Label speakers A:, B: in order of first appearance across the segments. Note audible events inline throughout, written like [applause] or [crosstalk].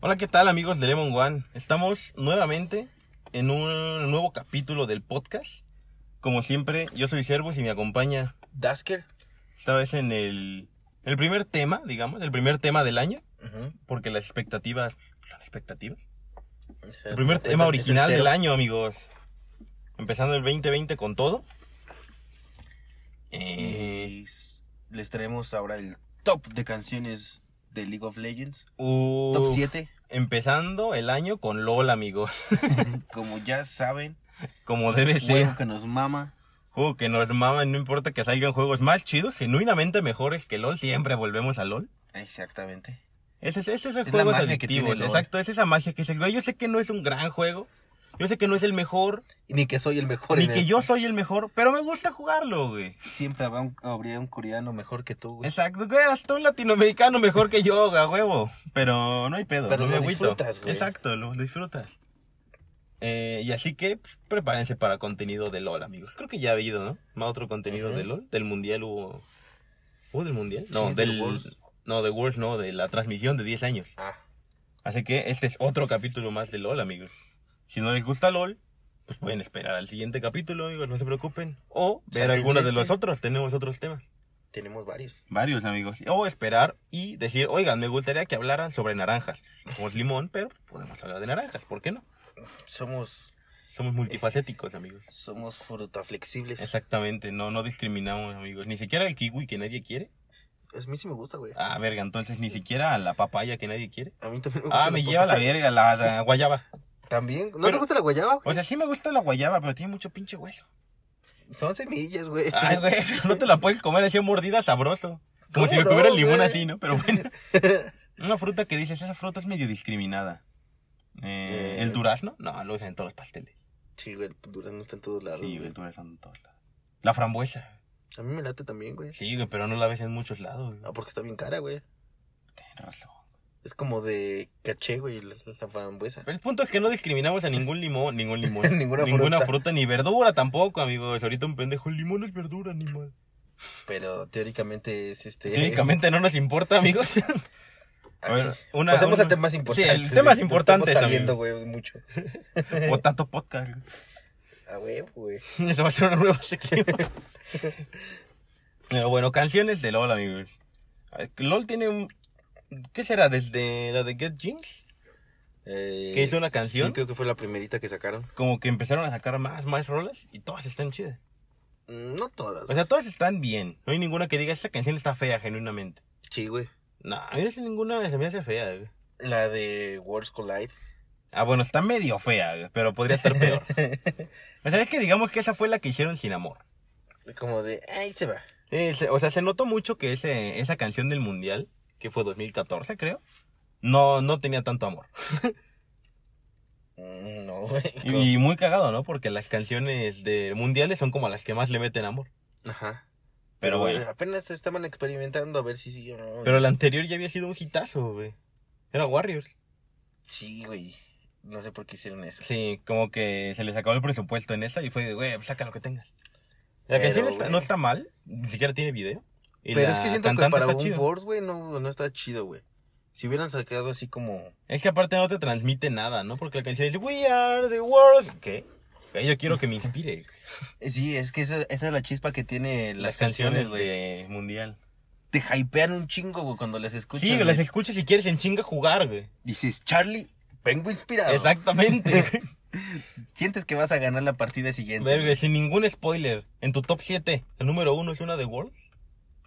A: Hola, ¿qué tal amigos de Lemon One? Estamos nuevamente en un nuevo capítulo del podcast. Como siempre, yo soy Servus y me acompaña
B: Dasker.
A: esta vez en el, el primer tema, digamos, el primer tema del año, porque las expectativas pues, son expectativas. El primer tema original del año, amigos. Empezando el 2020 con todo. Eh,
B: Y s- les traemos ahora el top de canciones de League of Legends. Top
A: uf,
B: 7.
A: empezando el año con LOL, amigos.
B: Como
A: [laughs]
B: ya saben,
A: Como debe ser.
B: juego que nos mama.
A: Juego que nos maman, no importa que salgan juegos más chidos, genuinamente mejores que LOL, siempre volvemos a LOl.
B: Exactamente.
A: Es, es, es esos
B: Es la
A: juegos
B: magia que tiene
A: adictivos,
B: LOL.
A: exacto, es esa magia que es el güey. Yo sé que no es un gran juego, yo sé que no es el mejor,
B: Y ni que soy el mejor.
A: ni
B: en
A: que
B: el-
A: yo soy el mejor, pero me gusta jugarlo, güey.
B: [laughs] Siempre habrá un, habría un coreano mejor que tú, güey.
A: Exacto, güey, hasta un latinoamericano mejor que yo, a huevo. Pero no hay pedo,
B: Pero
A: no me
B: lo
A: agüito.
B: disfrutas, güey.
A: Exacto, lo disfrutas. Eh, y así que pues, prepárense para contenido de LOL, amigos. Creo que ya ha habido, ¿no? Más otro contenido
B: Ujú.
A: de LOL. Del Mundial hubo. ¿Hubo del Mundial? No,
B: Sí, del
A: del.
B: Worlds.
A: No, de Worlds, no, de la transmisión de 10 años.
B: Ah,
A: Así que este es otro capítulo más de LOL, amigos. Si no les gusta LOL, pues pueden esperar al siguiente capítulo, amigos, no se preocupen. O ver
B: Sáltense
A: alguno de
B: este.
A: los otros, tenemos otros temas.
B: tenemos varios.
A: Varios amigos. O esperar y decir, oigan, me gustaría que hablaran sobre naranjas. Somos limón, pero podemos hablar de naranjas, ¿por qué no?
B: Somos,
A: Somos multifacéticos, amigos.
B: somos frutaflexibles.
A: Exactamente, no, no discriminamos, amigos. Ni siquiera el kiwi que nadie quiere.
B: A mí sí me gusta, güey.
A: Ah, verga, entonces ni siquiera a la papaya que nadie quiere.
B: A mí también me gusta.
A: Ah, me lleva la verga la, la guayaba.
B: También. ¿No
A: Pero-
B: te gusta la guayaba,
A: O
B: güey?
A: sea, sí me gusta la guayaba, pero tiene mucho pinche hueso.
B: Son semillas, güey.
A: Ay, güey, no te la puedes comer así a mordida sabroso. Como
B: ¿Cómo
A: si me
B: no,
A: comiera el limón
B: güey?
A: así, ¿no? Pero bueno. [laughs] Una fruta que dices, esa fruta es medio discriminada. Eh,
B: Eh.
A: ¿El durazno? No, lo usan en todos los pasteles.
B: Sí, güey, el durazno está en todos lados.
A: sí,
B: güey.
A: el durazno en todos lados. La frambuesa.
B: A mí me late también, güey.
A: Sí, güey, pero no la ves en muchos lados.
B: Ah, porque está bien cara, güey.
A: Tienes razón.
B: Es como de caché, güey, la, la frambuesa.
A: Pero el punto es que no discriminamos a ningún limón, ningún limón.
B: [laughs] Ninguna
A: fruta.
B: fruta.
A: ni verdura tampoco, amigos. Ahorita un pendejo, el limón es verdura, ni más.
B: Pero teóricamente es este.
A: Técnicamente no nos importa, amigos. [laughs]
B: Así
A: Bueno,
B: es.
A: una-
B: Pasamos
A: una-
B: a temas importantes.
A: Sí, el- temas
B: güey.
A: importantes,
B: Estamos saliendo, güey, mucho.
A: Potato podcast.
B: A huevo, güey.
A: [laughs] Eso va a ser una nueva sección. [laughs] Pero bueno, canciones de LOL, amigos. Ay, LOL tiene un... ¿Qué será? ¿Desde la de Get Jinx?
B: Eh,
A: ¿Que hizo una canción?
B: Sí, creo que fue la primerita que sacaron.
A: Como que empezaron a sacar más, más rolas y todas están chidas.
B: Mm, No todas.
A: O sea, todas están bien. No hay ninguna que diga, esta canción está fea, genuinamente.
B: sí, güey.
A: No, a mí no sé ninguna se me hace fea. güey.
B: La de Worlds Collide.
A: Ah, bueno, está medio fea, güey, pero podría estar peor. o sea, es que digamos que esa fue la que hicieron sin amor.
B: Como de. Ahí se va.
A: Eh, se- o sea, se notó mucho que ese, esa canción del Mundial, que fue 2014, creo, no, no tenía tanto amor.
B: Mm, No, güey.
A: Y, y muy cagado, ¿no? Porque las canciones de mundiales son como las que más le meten amor.
B: Ajá.
A: Pero bueno.
B: Apenas estaban experimentando a ver si sí o no. güey.
A: Pero la anterior ya había sido un hitazo, güey. Era Warriors.
B: Sí, güey. No sé por qué hicieron eso.
A: Sí, como que se les acabó el presupuesto en esa y fue, güey, pues saca lo que tengas. La
B: Pero,
A: canción está-
B: güey.
A: no está mal, ni siquiera tiene video. Y
B: Pero
A: la
B: es que siento que
A: cantante
B: para
A: está
B: un
A: chido.
B: Words, güey, no, no está chido, güey. Si hubieran sacado así como.
A: Es que aparte no te transmite nada, ¿no? Porque la canción dice, We are the world. ¿Qué? Güey, Yo quiero que me inspire.
B: Eh, Sí, es que esa, esa es la chispa que tiene las,
A: las
B: canciones,
A: canciones
B: güey.
A: de mundial.
B: Te hypean un chingo, güey, cuando las escuchas.
A: Sí,
B: güey.
A: las escuchas si quieres en chinga jugar, güey.
B: Dices, Charlie, vengo inspirado. [laughs]
A: Exactamente.
B: Sientes que vas a ganar la partida siguiente.
A: Verga,
B: güey.
A: sin ningún spoiler. En tu top 7, el número 1 es una de Worlds.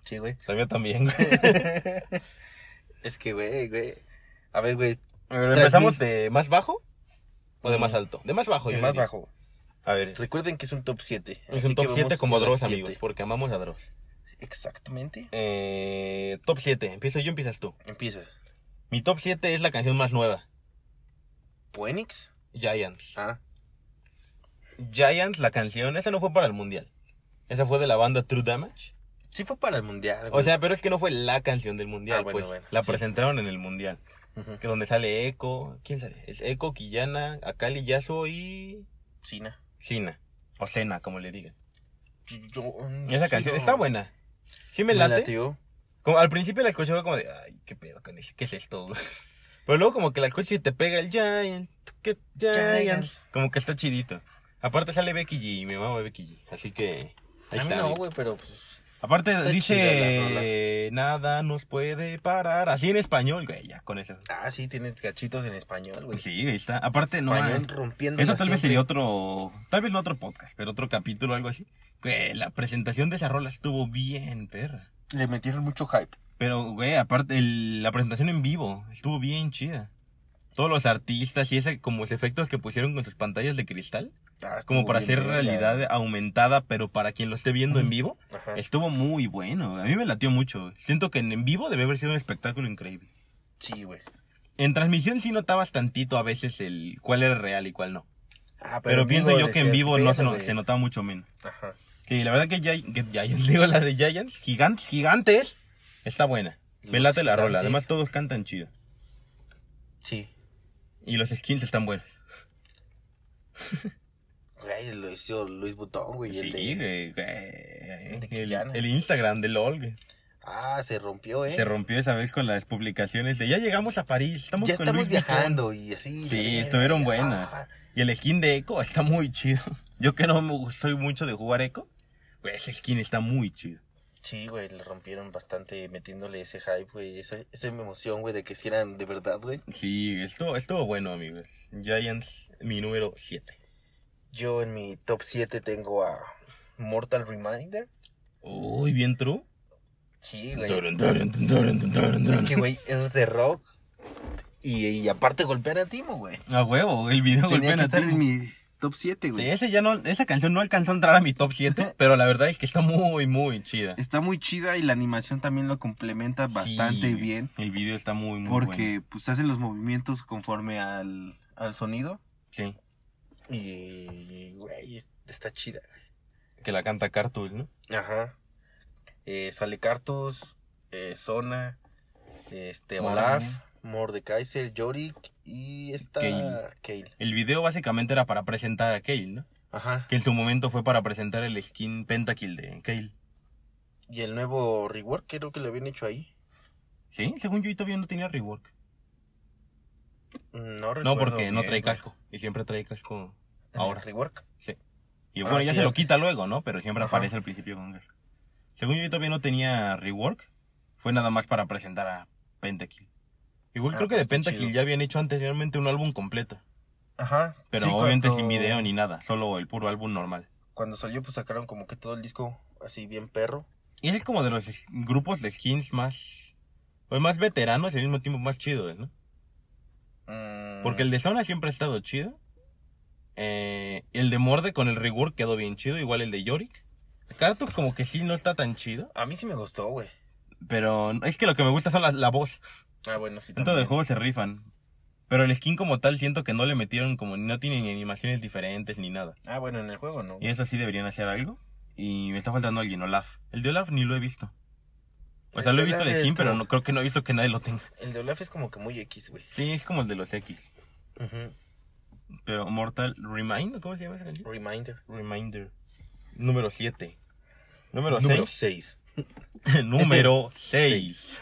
B: Sí, güey.
A: También también.
B: [laughs]
A: güey.
B: Es que, güey, güey. A ver, güey.
A: ¿Empezamos de más bajo o de más
B: Mm.
A: alto? De más bajo.
B: de
A: yo
B: más
A: diría.
B: bajo.
A: A ver,
B: Recuerden que es un top 7.
A: es un top 7 como Dross, amigos, porque amamos a Dross.
B: Exactamente.
A: Eh, top 7, empiezo yo, empiezas tú.
B: Empieza.
A: Mi top 7 es la canción más nueva,
B: ¿Puenix?
A: Giants.
B: Ah.
A: Giants, la canción, esa no fue para el mundial. Esa fue de la banda True Damage.
B: Sí fue para el mundial, güey.
A: O sea, pero es que no fue la canción del mundial,
B: Ah, bueno,
A: pues.
B: bueno,
A: la
B: sí.
A: presentaron en el mundial.
B: Ujú.
A: Que donde sale Echo, ¿quién sale? Es Echo, Quillana, Akali, Yasuo y
B: Sina.
A: Sina. O Sena, como le digan.
B: Yo- yo- mm,
A: Esa
B: sí,
A: canción
B: no.
A: está buena. Sí me late.
B: latió.
A: Como, al principio la escuché fue como de, ay, qué pedo con ese, qué es esto. [laughs] Pero luego como que la coche te pega el Giant, que Giants.
B: Giants.
A: Como que está chidito. Aparte sale Becky G, mi mamá Becky G. Así que ahí
B: A mí
A: está.
B: no,
A: amigo.
B: güey, pero pues.
A: Aparte
B: Está
A: dice, nada nos puede parar. Así en español, güey, ya con eso.
B: Ah, sí, tiene cachitos en español,
C: Pues
B: güey.
A: Sí, ahí está. Aparte no...
B: Español
A: hay-
B: rompiendo.
A: Eso tal vez sería otro, tal vez no otro podcast, pero otro capítulo o algo así. Que la presentación de esa rola estuvo bien, perra.
C: Le metieron mucho hype.
A: Pero, güey, aparte, el- la presentación en vivo estuvo bien chida. Todos los artistas y ese, como los efectos que pusieron con sus pantallas de cristal,
C: Ah,
A: como
C: estuvo
A: para
C: bien
A: hacer
C: verga.
A: realidad aumentada, pero para quien lo esté viendo en vivo,
B: Ajá.
A: estuvo muy bueno. A mí me latió mucho. Siento que en en vivo debe haber sido un espectáculo increíble.
B: Sí, güey.
A: En transmisión sí notabas tantito a veces el cuál era real y cuál no.
B: Ah,
A: Pero, pienso
B: amigo,
A: yo que en
B: decía,
A: vivo no se, no-
B: "Pégale".
A: se notaba mucho menos.
B: Ajá.
A: Sí, la verdad que, Gi- que Giants, [laughs] digo la de Giants, gigantes, gigantes, está buena.
B: Los
A: Me late la
B: Gigantes.
A: rola, además todos cantan chido.
B: Sí.
A: Y los skins están buenos.
B: Güey, lo hizo Luis Butón, güey.
A: Sí,
B: el de-
A: güey,
B: el de
A: güey. El,
B: Quillana.
A: el Instagram de LOL, güey.
B: Ah, se rompió, ¿eh?
A: Se rompió esa vez con las publicaciones de ya llegamos a París, estamos
B: ya
A: con
B: estamos
A: Luis Vuitton".
B: viajando y así.
A: Sí,
B: la verga,
A: estuvieron
B: ya.
A: buenas.
B: Ah,
A: Y el skin de Echo está muy chido. [laughs] Yo que no me- soy mucho de jugar Echo, güey, ese skin está muy chido.
B: Sí, güey, le rompieron bastante metiéndole ese hype, güey. Esa, esa emoción, güey, de que si eran de verdad, güey.
A: Sí, esto estuvo bueno, amigos. Giants, mi número 7.
B: Yo en mi top 7 tengo a Mortal Reminder.
A: Uy, bien true.
B: Sí, güey. Es
A: Es
B: que, güey, es de rock. Y, y aparte golpear a Timo, güey.
A: A huevo, el video
C: Tenía
A: golpea
C: que
A: a
C: estar
A: ti.
C: en mi top 7,
A: Sí,
C: güey.
A: ese ya no, esa canción no alcanzó a entrar a mi top
C: [laughs]
A: 7, pero la verdad es que está muy, muy chida.
C: Está muy chida y la animación también lo complementa bastante
A: Sí,
C: bien.
A: El video está muy, muy
C: Porque pues hacen los movimientos conforme al, al sonido.
A: bueno.
B: Y, güey, está chida.
A: Sí, que la canta Cartoon, ¿no?
B: Ajá. Eh, sale Cartus, eh, Zona, este, Olaf,
A: Morane.
B: Mordekaiser, Yorick y esta
A: Kale.
B: Kale.
A: El video básicamente era para presentar a Kale, ¿no?
B: Ajá.
A: Que en su momento fue para presentar el skin Pentakill de Kale.
B: Y el nuevo rework creo que lo habían hecho ahí.
A: Sí, según yo y todavía no tenía rework.
B: Mm, No recuerdo.
A: No, porque no
B: bien,
A: trae
B: güey.
A: casco. Y siempre trae casco
B: ¿En el
A: ahora.
B: rework.
A: Y
B: Ah,
A: bueno, ya
B: sí,
A: se
B: ya.
A: lo quita luego, ¿no? Pero siempre
B: Ajá.
A: aparece al principio con casco. Según yo, yo todavía no tenía rework. Fue nada más para presentar a Pentakill. Igual
B: Ah,
A: creo que
B: pues
A: de
B: está
A: Pentakill
B: chido.
A: ya habían hecho anteriormente un álbum completo.
B: Ajá.
A: Pero
B: Sí,
A: obviamente sin
B: cuando-
A: video ni nada, solo el puro álbum normal.
B: Cuando salió, pues sacaron como que todo el disco así bien perro.
A: Y ese es como de los es- grupos de skins más. Pues más veteranos y al mismo tiempo más chidos, ¿no?
B: Mm,
A: Porque el de Zona siempre ha estado chido. Eh, el de Morde con el rework quedó bien chido, igual el de Yorick. Cartus como que sí no está tan chido,
B: A mí sí me gustó, güey.
A: pero es que lo que me gusta son las- la voz.
B: Ah, bueno, sí.
A: Dentro del
B: también.
A: juego se rifan. Pero el skin como tal siento que no le metieron como no tienen ni animaciones diferentes ni nada.
B: Ah, bueno, en el juego no.
A: Y eso sí deberían hacer algo. Y me está faltando alguien, Olaf. El de Olaf ni lo he visto. O sea,
B: El
A: lo he
B: de
A: visto el
B: Olaf es
A: skin, pero
B: como-
A: no creo que no he visto que nadie lo tenga.
B: El de Olaf es como que muy X, güey.
A: Sí, es como el de los X. Pero Mortal Remind, ¿cómo se llama esa canción?
B: Reminder.
A: Reminder. Número 7. Número
B: Número
A: 6.
B: 6.
A: [laughs] Número 6.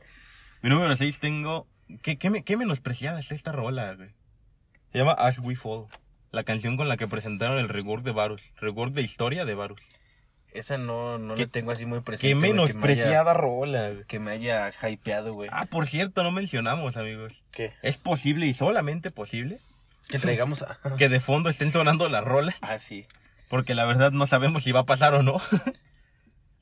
A: [laughs] Mi número 6 tengo. ¿Qué, qué, me- qué menospreciada está esta rola, güey? Se llama As We Fall. La canción con la que presentaron el rework de Varus. Rework de historia de Varus.
B: Esa no, no
A: Qué-
B: la tengo así muy presente.
A: Qué
B: güey,
A: menospreciada rola, güey.
B: Que me haya, que me haya hypeado, güey.
A: Ah, por cierto, no mencionamos, amigos.
B: ¿Qué?
A: Es posible y solamente posible
B: Que traigamos a... [laughs]
A: que de fondo estén sonando las rolas.
B: Ah, sí.
A: Porque la verdad no sabemos si va a pasar o no. [laughs]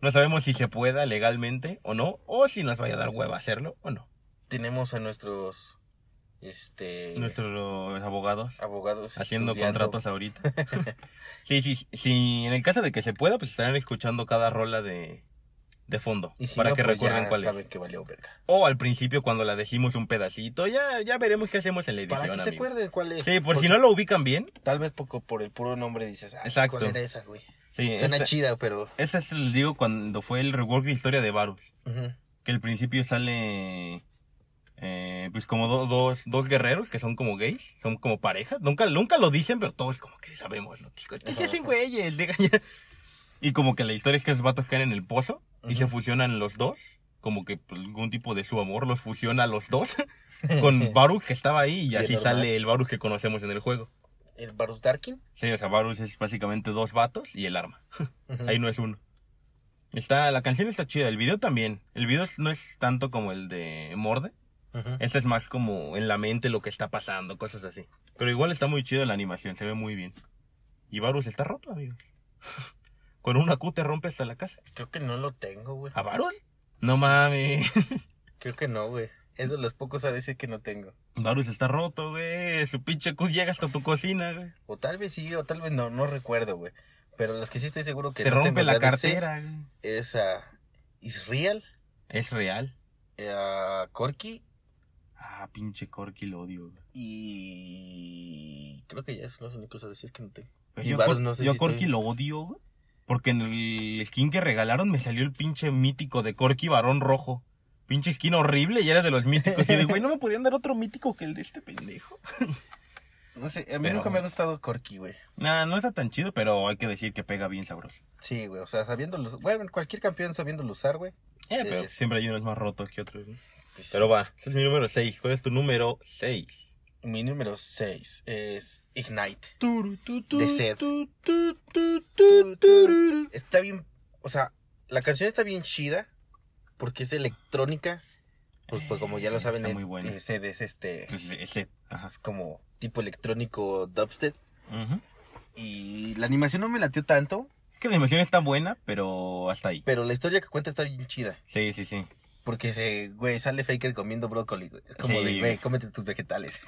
A: No sabemos si se pueda legalmente o no. O si nos vaya a dar hueva hacerlo o no.
B: Tenemos a nuestros... Este...
A: Nuestros abogados.
B: Abogados
A: haciendo
B: estudiando.
A: contratos
B: [laughs]
A: ahorita. sí, sí, sí. En el caso de que se pueda, pues estarán escuchando cada rola de, de fondo.
B: Y si
A: para
B: no,
A: que
B: pues,
A: recuerden
B: ya
A: cuál
B: saben
A: es.
B: que valió verga.
A: O al principio, cuando la decimos un pedacito, ya, ya veremos qué hacemos en la edición.
B: Para que se
A: amigo.
B: acuerden cuál es.
A: Sí, por si
B: Porque
A: no lo ubican bien.
B: Tal vez poco por el puro nombre dices, ah,
A: Exacto.
B: ¿cuál era esa, güey?
A: Sí,
B: Suena
A: esta-
B: chida, pero...
A: esta es, les digo, cuando fue el rework de historia de Varus.
B: ujú,
A: Que al principio sale. eh, pues como do- dos, dos guerreros que son como gays, son como pareja. Nunca, nunca lo dicen, pero todos como que sabemos, ¿no? Digo, "Te
B: Ajá,
A: hacen
B: ajá.
A: güeyes, digan ya". [laughs] Y como que la historia es que los vatos caen en el pozo y
B: Ujú.
A: se fusionan los dos. [laughs] Como que pues, algún tipo de su amor los fusiona a los dos. [laughs] con
B: [laughs]
A: Baruch que estaba ahí [laughs] y
B: Bien
A: así
B: normal.
A: sale el Baruch que conocemos en el juego.
B: ¿El Barus Darkin?
A: Sí, o sea, Baruch es básicamente dos vatos y el arma. Ahí no es uno. Está, la canción está chida, el video también. El video no es tanto como el de Morde.
B: Ujú.
A: Este es más como en la mente lo que está pasando, cosas así. Pero igual está muy chido la animación, se ve muy bien. Y Varus está roto, amigos. [laughs] Con una Q te rompe hasta la casa.
B: Creo que no lo tengo, güey.
A: ¿A Varus? No mames. [laughs]
B: Creo que no, güey. Es de los pocos ADC que no tengo.
A: Varus está roto, güey. Su pinche Q llega hasta tu cocina, güey.
B: O tal vez sí, o tal vez no, no recuerdo, güey. Pero los que sí estoy seguro que
A: Te
B: no
A: rompe
B: tengo
A: la
B: de ADC
A: cartera, güey.
B: Es a Israel,
A: Es real.
B: eh, a Corky
A: Ah, pinche Corky, lo odio, güey.
B: y... Creo que ya son los únicos ADCs que no tengo. Y
A: Pues Yo,
B: Varus
A: Cor-
B: no sé
A: yo
B: si
A: Corky
B: estoy-
A: lo odio, güey. Porque en el skin que regalaron me salió el pinche mítico de Corky varón rojo. Pinche skin horrible y era de los míticos. Y de, güey, no me podían dar otro mítico que el de este pendejo.
B: No sé, a mí
A: Pero,
B: nunca me ha
A: güey.
B: gustado Corky, güey.
A: Nah, no está tan chido, pero hay que decir que pega bien sabroso.
B: Sí, güey, o sea, sabiéndolo... Bueno, cualquier campeón sabiéndolo usar, güey.
A: Eh,
B: Sí.
A: pero siempre hay unos más rotos que otros. ¿no?
B: pues,
A: Pero va, ese es mi número 6. ¿Cuál es tu número 6?
B: Mi número 6 es Ignite.
A: De
B: Sed. Está bien, o sea, la canción está bien chida porque es electrónica. Pues, pues como ya lo
A: Está
B: saben,
A: muy
B: el-
A: buena.
B: el Sed es este
A: Pues es Sed, Ajá.
B: es como tipo electrónico dubstep
A: Ujú.
B: y la animación no me latió tanto,
A: Es que la animación está buena, pero hasta ahí.
B: pero la historia que cuenta está bien chida
A: Sí, sí, sí.
B: porque eh, güey sale Faker comiendo brócoli, güey. Es como
A: Sí,
B: de güey,
A: güey.
B: cómete
C: [laughs]
B: tus vegetales.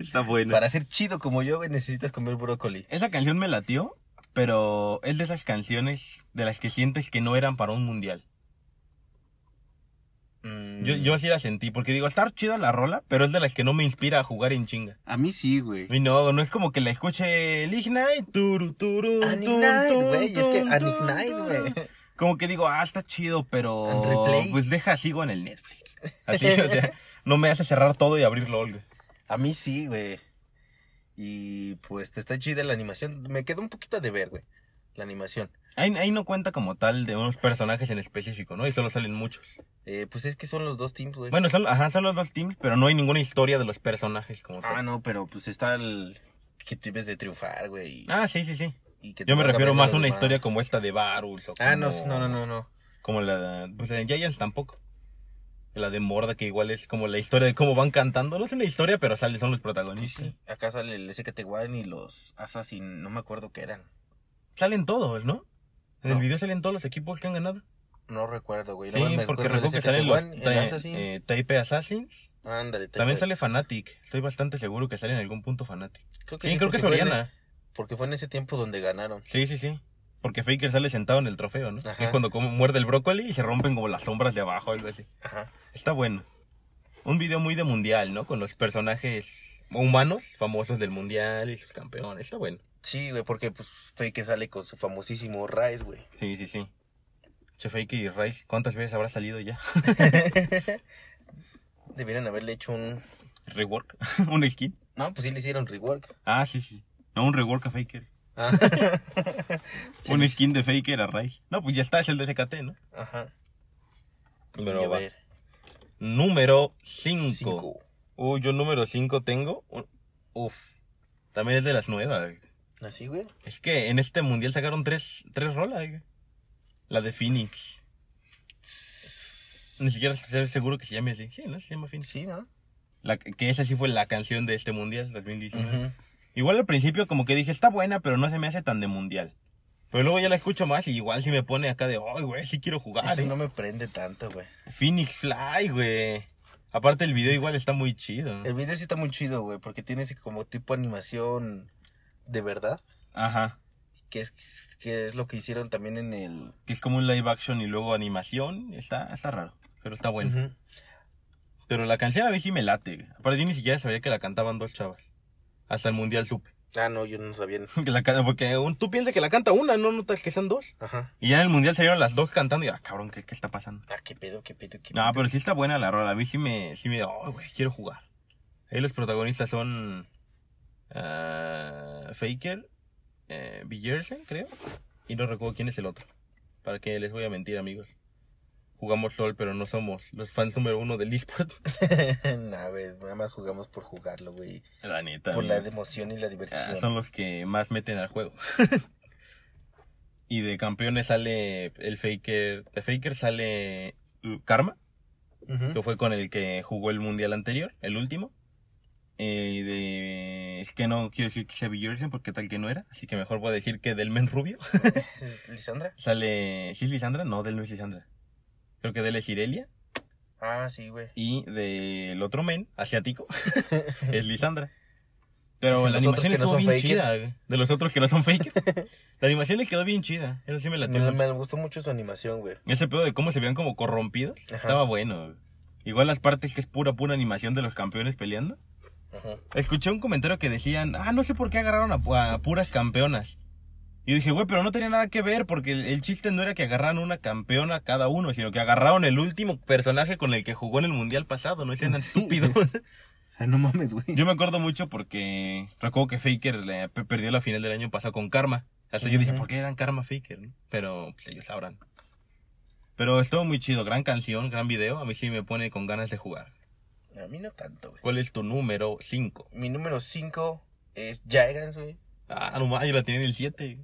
A: Está buena.
B: Para ser chido como yo, güey, necesitas comer brócoli.
A: Esa canción me latió, pero es de esas canciones de las que sientes que no eran para un mundial.
B: Mm.
A: Yo, yo así la sentí, porque digo, está chida la rola, pero es de las que no me inspira a jugar en chinga.
C: A mí sí, güey.
A: Y no, no es como que la escuche el Ignite, turu, turu, tun,
B: Anignite,
A: tun,
B: güey, es que
A: tun, tun,
B: Anignite,
A: tun.
B: güey.
A: Como que digo, ah, está chido,
B: And
A: pero
B: replay.
A: pues deja, sigo en el Netflix. Así, o
B: [laughs]
A: sea, no me hace cerrar todo y abrirlo, Olga.
B: A mí sí, güey. Y pues está chida la animación. Me quedó un poquito de ver, güey. La animación.
A: Ahí, ahí no cuenta como tal de unos personajes en específico, ¿no? Y solo salen muchos.
B: Eh, pues es que son los dos teams, güey.
A: Bueno, son, ajá, son los dos teams, pero no hay ninguna historia de los personajes como
C: Ah,
A: tal.
C: no, pero pues está el...
B: Que debes de triunfar, güey. y-
A: Ah, sí, sí, sí.
B: y que te
A: Yo me
B: valga
A: refiero
B: verga
A: más
B: los
A: a una
B: demás.
A: historia como esta de Varus. o
B: Ah, no,
A: como-
B: no, no, no, no.
A: Como la de, pues en Giants tampoco. La de Morda, que igual es como la historia de cómo van cantando. No es una historia, pero sale, son los protagonistas.
B: Sí, acá sale el SKT1 y los Assassin, no me acuerdo qué eran.
A: Salen todos, ¿no? En
B: No.
A: el video salen todos los equipos que han ganado.
B: No recuerdo, güey. Nada más
A: sí,
B: me
A: porque
B: acuerdo
A: recuerdo
B: del
A: que salen los
B: SKT1, el
A: Ta-
B: Assassin.
A: eh, Taipei Assassins.
B: Ándale, te
A: También
B: acuerdas.
A: sale Fanatic. Estoy bastante seguro que sale en algún punto Fanatic. Sí, creo
B: Creo
A: que es
B: porque fue en-
A: Oriana.
B: Porque fue en ese tiempo donde ganaron.
A: Sí, sí, sí. Porque Faker sale sentado en el trofeo, ¿no?
B: Ajá.
A: Que es cuando come- muerde el brócoli y se rompen como las sombras de abajo, algo así.
B: Ajá.
A: Está bueno. Un video muy de mundial, ¿no? Con los personajes humanos famosos del mundial y sus campeones. Está bueno.
B: Sí, güey, porque pues Faker sale con su famosísimo Rise, güey.
A: Sí, sí, sí. Che Faker y Rice, ¿cuántas veces habrá salido ya? [laughs]
B: Debieron haberle hecho un.
A: Rework. [laughs] un skin.
B: No, pues sí le hicieron rework.
A: Ah, sí, sí. No, un rework a Faker.
B: Ah. [laughs] Sí.
A: Un skin de Faker a Rice. No, pues ya está, es el de SKT, ¿no?
B: Ajá. Y
A: Pero
B: a
A: va.
B: ver,
A: Número
B: cinco.
A: 5. Uy, yo número 5 tengo. un- Uf. También es de las nuevas.
B: Así, güey.
A: Es que en este mundial sacaron tres, tres rolas. güey. La de Phoenix. Ni siquiera estoy seguro que se llame así. Sí, ¿no? Se llama Phoenix.
B: Sí, ¿no?
A: La, que esa sí fue la canción de este mundial 2019.
B: Ujú.
A: Igual al principio como que dije, está buena, pero no se me hace tan de mundial. Pero luego ya la escucho más y igual si me pone acá de, ay, güey, sí quiero jugar.
B: Ese
A: eh".
B: no me prende tanto, güey.
A: Phoenix Fly, güey. Aparte el video igual está muy chido.
B: El video sí está muy chido, güey, porque tiene ese como tipo animación de verdad,
A: Ajá.
B: que es, que es lo que hicieron también en el...
A: Que es como un live action y luego animación. Está, está raro, pero está bueno.
B: Ujú.
A: Pero la canción a mí sí me late. güey. Aparte yo ni siquiera sabía que la cantaban dos chavas. Hasta el mundial supe. [laughs]
B: Ah, no, yo no sabía.
A: Que la can- porque un- tú piensas que la canta una, no notas que sean dos.
B: Ajá.
A: Y ya en el mundial salieron las dos cantando y ah, cabrón, ¿qué, qué está pasando?
B: Ah, qué pedo, qué pedo, qué pedo.
A: No,
B: [laughs]
A: pero sí está buena la rola. A mí sí me, sí me da, "Ay, güey, quiero jugar. Ahí los protagonistas son ah, Faker, eh, Villersen, creo. Y no recuerdo quién es el otro. Para que les voy a mentir, amigos. jugamos LOL, pero no somos los fans número uno del eSport.
B: nah, güey, nada más jugamos por jugarlo, güey.
A: [laughs] La neta.
B: Por la
A: amigos.
B: emoción y la diversión.
A: Ah, son los que más meten al juego. [laughs] y de campeones sale el Faker. De Faker sale Karma,
B: Ujú.
A: que fue con el que jugó el mundial anterior, el último. Eh, de... Es que no quiero decir que sea Bjorsen porque tal que no era. Así que mejor voy a decir que del Men Rubio. [laughs]
B: ¿Es ¿Lisandra?
A: Sale. ¿Sí es Lisandra? No, del no es Lisandra. Creo que del es Irelia.
B: Ah, sí, güey.
A: Y del otro men, asiático, [laughs] es Lisandra. Pero
B: De
A: la
B: los
A: animación
B: otros que no
A: estuvo
B: son
A: bien
B: faker.
A: chida. güey. De los otros que no son fake.
B: [laughs]
A: la animación le quedó bien chida. Eso sí me la
B: Me,
A: tengo.
B: me gustó mucho su animación, güey.
A: Ese pedo de cómo se veían como corrompidos
B: Ajá.
A: estaba bueno. güey. Igual las partes que es pura, pura animación de los campeones peleando.
B: Ajá.
A: Escuché un comentario que decían, ah, no sé por qué agarraron a, a puras campeonas. Y dije, güey, pero no tenía nada que ver porque el, el chiste no era que agarraran una campeona cada uno, sino que agarraron el último personaje con el que jugó en el mundial pasado. No sean estúpidos.
C: O sea, no mames, güey.
A: Yo me acuerdo mucho porque recuerdo que Faker le- pe- perdió la final del año pasado con Karma. Hasta yo dije,
B: Ujú.
A: ¿por qué le dan Karma a Faker? no? Pero pues, ellos sabrán. Pero estuvo muy chido, gran canción, gran video. A mí sí me pone con ganas de jugar.
B: A mí no tanto, güey.
A: ¿Cuál es tu número 5?
B: Mi número 5 es
A: [laughs]
B: Gigants, güey.
A: Ah, no más, yo la tenía en el 7.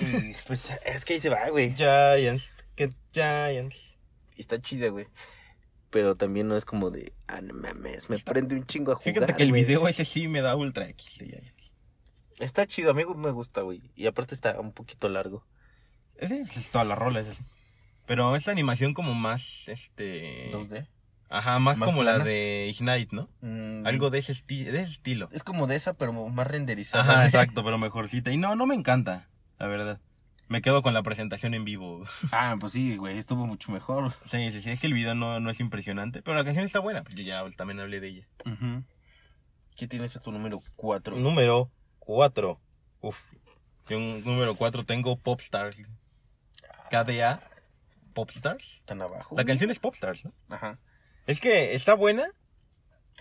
B: Y pues es que ahí se va, güey.
A: Giants, que Giants.
B: Y Está chida, güey. Pero también no es como de, ah, no mames, me
A: Está-
B: prende un chingo a jugar.
A: Fíjate que el
B: güey.
A: video ese sí me da ultra X. de Giants.
B: Está chido, amigo, me gusta, güey. Y aparte está un poquito largo.
A: Ese es toda la rola. ese. Pero esta animación como más, este...
B: 2D.
A: Ajá, más,
C: Más
A: como la
C: plana.
A: de Ignite, ¿no?
B: Mm,
A: Algo de ese, esti- de ese estilo.
C: Es como de esa, pero más renderizada.
B: [laughs]
A: Ajá, exacto, pero mejorcita. Y no, no me encanta, la verdad. Me quedo con la presentación en vivo. [laughs]
C: Ah, pues sí, güey, estuvo mucho mejor.
A: Sí, sí, sí, es que el video no, no es impresionante, pero la canción está buena. pues Yo ya también hablé de ella.
C: ¿Qué tienes a tu número 4?
A: Número 4. Uf. Yo en número 4 tengo Popstars. KDA Popstars.
C: Tan abajo.
A: La canción es Popstars, ¿no?
C: Ajá.
A: Es que está buena,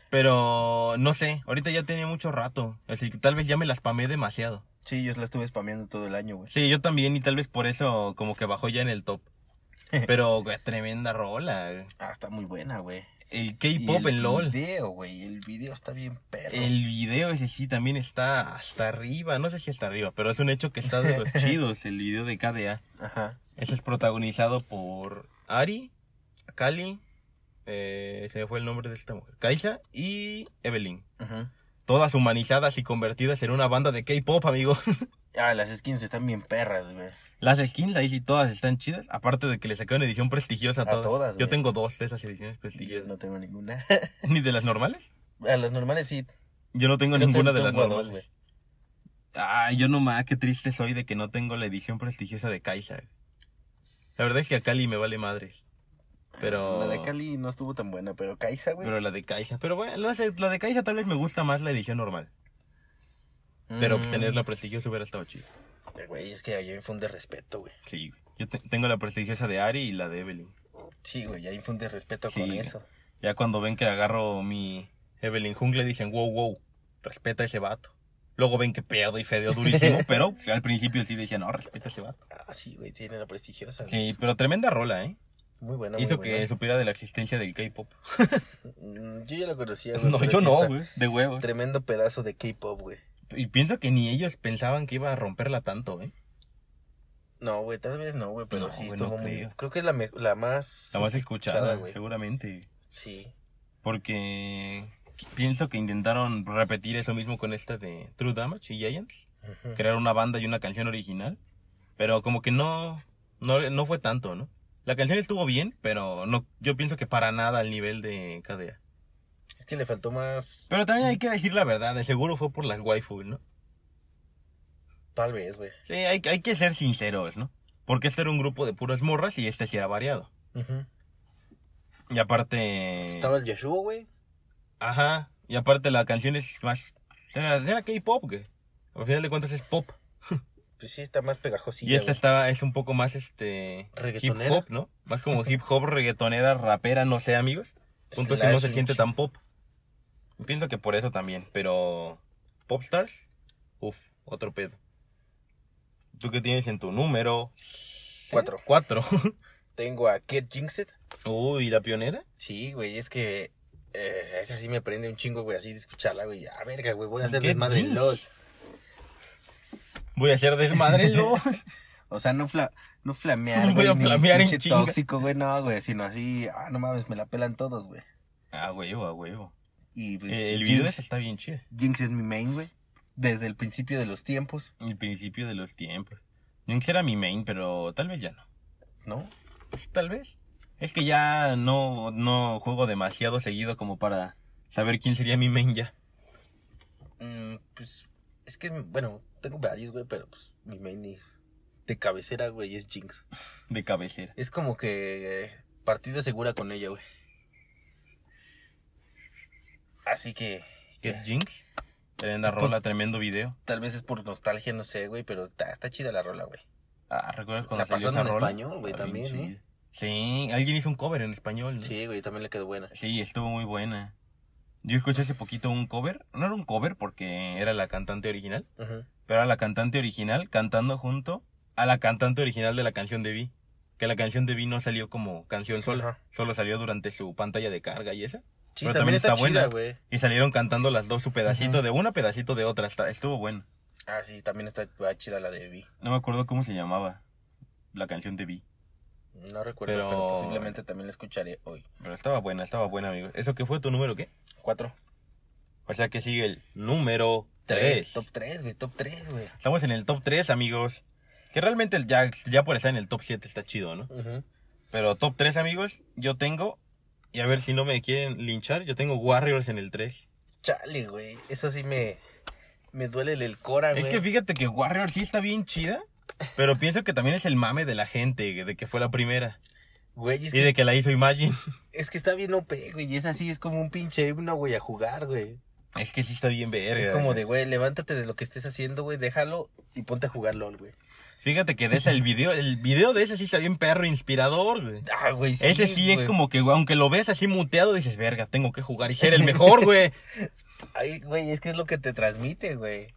A: pero no sé. Ahorita ya tiene mucho rato. Así que tal vez ya me las spamé demasiado.
C: Sí, yo la estuve spameando todo el año, güey.
A: Sí, yo también, y tal vez por eso como que bajó ya en el top. Pero güey, tremenda rola. güey.
C: Ah, está muy buena, güey.
A: El K-pop
C: el
A: en LOL.
C: video, güey. El video está bien perro.
A: El video ese sí también está hasta arriba. No sé si hasta arriba, pero es un hecho que está de los chidos. El video de KDA.
C: Ajá.
A: Ese es protagonizado por Ari, Kali, eh, se me fue el nombre de esta mujer, Kaisa y Evelyn.
C: Ajá.
A: Todas humanizadas y convertidas en una banda de K-pop, amigo. [laughs]
C: Ah, las skins están bien perras, güey.
A: Las skins ahí sí todas están chidas. Aparte de que le sacaron edición prestigiosa a
C: A
A: todas.
C: todas,
A: Yo
C: güey.
A: tengo dos de esas ediciones
C: Yo
A: prestigiosas.
C: no tengo ninguna.
A: [laughs] ¿Ni de las normales?
C: A las normales sí.
A: Yo no tengo
C: Yo
A: ninguna de
C: tengo
A: las
C: dos,
A: normales.
C: güey.
A: Ay, yo nomás, qué triste soy de que no tengo la edición prestigiosa de Kaisa. güey. La verdad es que a Cali me vale madres. Pero.
C: La de Cali no estuvo tan buena, pero Kaisa, güey.
A: Pero la de Kaisa. Pero bueno, no sé, la de Kaisa tal vez me gusta más la edición normal. Pero pues
C: Mm.
A: tener la prestigiosa hubiera estado chido.
B: Eh, Güey, es que ahí infunde respeto, güey.
A: Sí, güey. Yo te- tengo la prestigiosa de Ari y la de Evelyn.
B: Sí, güey, ya infunde respeto
A: Sí,
B: con
A: güey.
B: eso.
A: Ya cuando ven que agarro mi Evelyn Jungle dicen, wow, wow, respeta a ese vato. Luego ven que pierdo y fedeo
B: [laughs]
A: durísimo, pero al principio sí decían, no, respeta a ese vato.
B: Ah, sí, güey, tiene la prestigiosa. güey.
A: Sí, pero tremenda rola, ¿eh?
B: Muy buena,
A: Hizo
B: muy
A: que supiera de la existencia del K-pop.
B: buena. Mm, Yo ya
A: [laughs]
B: la conocía, güey.
A: No,
B: pero
A: yo
B: sí
A: no,
B: está
A: güey. De huevos.
B: Tremendo pedazo de K-pop, güey.
A: Y pienso que ni ellos pensaban que iba a romperla tanto, ¿eh?
B: No, güey, tal vez no, güey, pero
A: No,
B: sí
A: güey,
B: estuvo
A: no
B: muy.
A: creo.
B: Creo. que es la, me- la más.
A: La más escuchada,
B: güey.
A: seguramente.
B: Sí.
A: Porque pienso que intentaron repetir eso mismo con esta de True Damage y Giants.
B: Ujú.
A: crear una banda y una canción original. Pero como que no, no, no fue tanto, ¿no? La canción estuvo bien, pero no, yo pienso que para nada al nivel de KDA.
B: Es que le faltó más.
A: Pero también hay que decir la verdad, de seguro fue por las waifu, ¿no?
B: Tal vez, güey.
A: Sí, hay, hay que ser sinceros, ¿no? Porque este era un grupo de puras morras y este sí era variado.
B: Ujú.
A: Y aparte...
B: Estaba el Yashuo, güey.
A: Ajá, y aparte la canción es más... Era, era K-pop, güey. Al final de cuentas es pop.
B: Pues sí, está más pegajosilla.
A: y esta
B: güey.
A: está, es un poco más, este... Hip
B: Reggaetonera.
A: hop, ¿no? Más como hip hop, reggaetonera, rapera, no sé, amigos. Punto que
B: Slash,
A: no se siente
B: mucho.
A: tan pop. Pienso que por eso también, pero Popstars, uff, otro pedo. ¿Tú qué tienes en tu número?
B: Cuatro.
A: Cuatro. [laughs]
B: Tengo a Kid Jinxed.
A: Uy, ¿la pionera?
B: Sí, güey, es que eh, esa sí me prende un chingo, güey, así de escucharla, güey. A verga, güey, voy a
A: ¿Y
B: hacer
A: qué
B: desmadre en
A: jeans?
B: LOL.
A: Voy a hacer desmadre,
B: [laughs]
A: no.
C: O sea, no, fla- no flamear,
A: [laughs] Voy
C: güey.
A: a
C: ni
A: flamear en
C: pinche
A: chinga.
C: tóxico, güey, no, güey, sino así, ah, no mames, me la pelan todos, güey.
A: ah, huevo, [laughs] a huevo.
C: Y pues,
A: Eh, el
C: Jinx-
A: video ese está bien chido.
C: Jinx es mi main, güey. Desde el principio de los tiempos,
A: El principio de los tiempos. Jinx era mi main, pero tal vez ya no.
C: ¿no?
A: Pues, Tal vez. Es que ya no, no juego demasiado seguido como para saber quién sería mi main ya.
B: Mm, pues, es que, bueno, tengo varios, güey, pero pues mi main es de cabecera, güey, es Jinx.
A: De cabecera.
B: Es como que eh, partida segura con ella, güey. Así que,
A: Get
B: que
A: Jinx. Tremenda
B: Pues-
A: rola, tremendo video.
B: tal vez es por nostalgia, no sé, güey, pero está, está chida la rola, güey.
A: Ah, ¿recuerdas cuando
B: La
A: salió
B: pasaron
A: esa
B: en
A: rola?
B: español, güey,
A: Está bien
B: también, ¿eh?
A: chida. Sí, alguien hizo un cover en español, ¿no?
B: Sí, güey, también le quedó buena.
A: Sí, estuvo muy buena. Yo escuché hace poquito un cover. No era un cover porque era la cantante original.
B: Ujú.
A: Pero era la cantante original cantando junto a la cantante original de la canción de Vi. Que la canción de Vi no salió como canción sola.
B: Ajá.
A: Solo salió durante su pantalla de carga y esa.
B: Sí,
A: Pero
B: también
A: también
B: está,
A: está buena.
B: chida, güey.
A: Y salieron cantando las dos su pedacito
C: Ujú.
A: de una, pedacito de otra. Está- estuvo bueno.
B: Ah, sí, también está está chida la de Vi.
A: No me acuerdo cómo se llamaba la canción de Vi.
B: No recuerdo,
A: Pero-
B: pero... posiblemente también la escucharé hoy.
A: Pero estaba buena, estaba buena, amigo. ¿Eso qué fue tu número qué?
B: Cuatro.
A: O sea que sigue el número
B: Tres.
A: 3.
B: Top tres, güey, top tres, güey.
A: Estamos en el top 3, amigos. Que realmente el ya, ya por estar en el top 7 está chido, ¿no?
B: Ujú.
A: Pero top 3, amigos, yo tengo. Y a ver si no me quieren linchar, yo tengo Warriors en el 3.
B: Chale, güey. Eso sí me, me duele el cora, güey.
A: Es que fíjate que Warriors sí está bien chida. Pero pienso que también es el mame de la gente, de que fue la primera.
B: Güey, es
A: Y
B: que,
A: de que la hizo Imagine. [laughs]
B: es que está bien OP, güey. Y es así, es como un pinche himno, güey, a jugar, güey.
A: Es que sí está bien verga.
B: Es como de, güey, levántate de lo que estés haciendo, güey, déjalo y ponte a jugar LOL, güey.
A: Fíjate que de ese el video, el video de ese sí está bien perro inspirador, güey.
B: Ah, güey, sí.
A: ese sí es
B: güey.
A: como que, aunque lo ves así muteado, dices, verga, tengo que jugar y ser el mejor, güey.
B: [laughs] Ay, güey, es que es lo que te transmite, güey.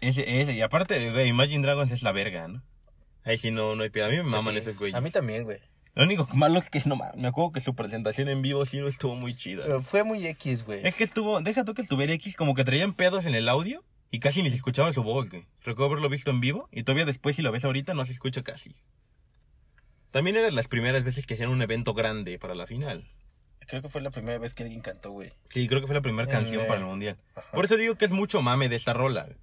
A: Ese, ese, y aparte, güey, Imagine Dragons es la verga, ¿no? Ahí sí no, no hay piedad. A mí me maman
B: Así
A: esos
B: Pues es.
A: güeyes.
B: A mí también, güey.
A: Lo único malo es que no mames. Me acuerdo que su presentación en vivo sí no estuvo muy chida.
B: Pero Fue muy X, güey.
A: Es que estuvo, deja tú que estuviera X, como que traían pedos en el audio y casi ni se escuchaba su voz, güey. Recuerdo haberlo visto en vivo y todavía después, si lo ves ahorita, no se escucha casi. También eran las primeras veces que hacían un evento grande para la final.
B: Creo que fue la primera vez que alguien cantó, güey.
A: Sí, creo que fue la primera
B: Eh,
A: canción
B: eh.
A: para el mundial.
B: Ajá.
A: Por eso digo que es mucho mame de esta rola. güey.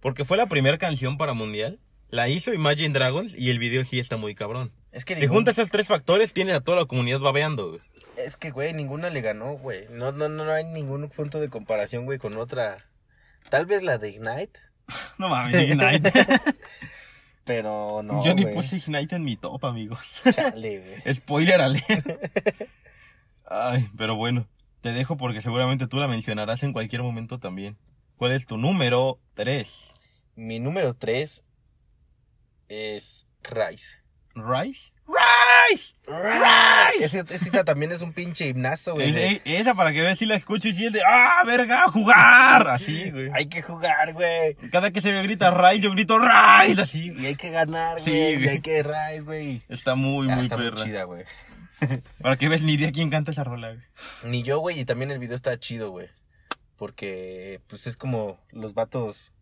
A: Porque fue la primera canción para mundial. La hizo Imagine Dragons y el video sí está muy cabrón.
B: Es que
A: Si
B: ningún-
A: juntas esos tres factores, tienes a toda la comunidad babeando. güey.
B: Es que, güey, ninguna le ganó, güey. No, no, no no hay ningún punto de comparación, güey, con otra. Tal vez la de Ignite,
A: No mames, [laughs] Ignite.
B: pero no,
A: Yo ni
B: güey.
A: puse Ignite en mi top, amigo.
B: [laughs] Chale, güey.
A: Spoiler alert. Ay, pero bueno, te dejo porque seguramente tú la mencionarás en cualquier momento también. ¿Cuál es tu número 3?
B: Mi número 3 es Rice.
A: ¿Rice?
B: ¡Rice! Ese, ese- esa también es un pinche gimnazo, güey.
A: Es- es- esa para que veas si la escucho y si es de ¡Ah, verga, jugar! Así, güey.
B: Hay que jugar, güey.
A: Cada que se me grita Rice, yo grito Rice, así. güey.
B: Y hay que ganar,
A: Sí,
B: güey. y
A: güey.
B: hay que Rice, güey.
A: Está muy,
B: Ah,
A: muy
B: está muy
A: perra.
B: chida, güey.
A: para que veas ni idea quién canta esa rola, güey.
B: Ni yo, güey, y también el video está chido, güey. Porque, pues es como los vatos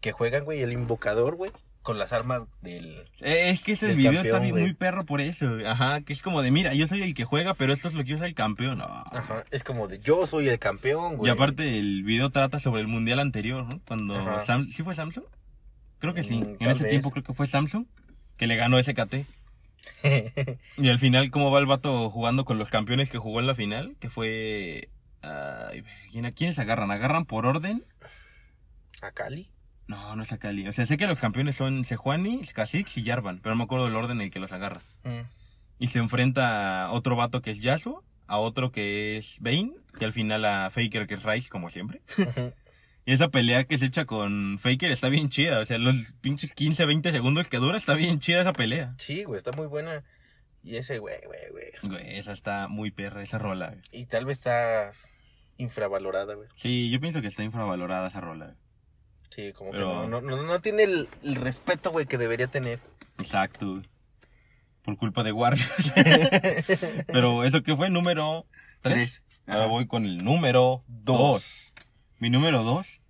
B: que juegan, güey, el invocador, güey, con las armas del.
A: Eh, Es que ese
B: Del
A: video está
B: campeón,
A: bien
B: güey.
A: muy perro por eso, güey. Ajá, que es como de, mira, yo soy el que juega, pero esto es lo que usa el campeón. Ah.
B: Ajá, es como de yo soy el campeón, güey.
A: Y aparte el video trata sobre el mundial anterior, ¿no? Cuando
B: Ajá.
A: Sam- ¿sí fue Samsung? Creo que sí.
B: Mm,
A: en
B: tal
A: ese
B: vez.
A: tiempo creo que fue Samsung que le ganó SKT. Y al final cómo va el vato jugando con los campeones que jugó en la final, que fue ay, ver, ¿quién- ¿a quiénes agarran? ¿Agarran por orden?
B: [laughs] ¿A Cali?
A: No, no es a Cali. O sea, sé que los campeones son Sejuani, Kha'Zix y Jarvan, pero no me acuerdo el orden en el que los agarra. Y se enfrenta a otro vato que es Yasuo, a otro que es Vayne y al final a Faker que es Rice como siempre.
B: Ujú.
A: Y esa pelea que se echa con Faker está bien chida. O sea, los pinches 15, 20 segundos que dura, está bien chida esa pelea.
B: [laughs] sí, güey, está muy buena. Y ese, güey, güey, güey.
A: Güey, esa está muy perra, esa rola. güey.
B: Y tal vez está infravalorada, güey.
A: Sí, yo pienso que está infravalorada esa rola. güey.
B: Sí, como
A: Pero-
B: que no, no, no, no tiene el, el respeto, güey, que debería tener.
A: Exacto. güey. por culpa de Warriors. [laughs] Pero eso que fue número 3.
C: Tres.
A: Ahora
B: Ah,
C: Ajá.
A: voy con el número 2. Mi número 2.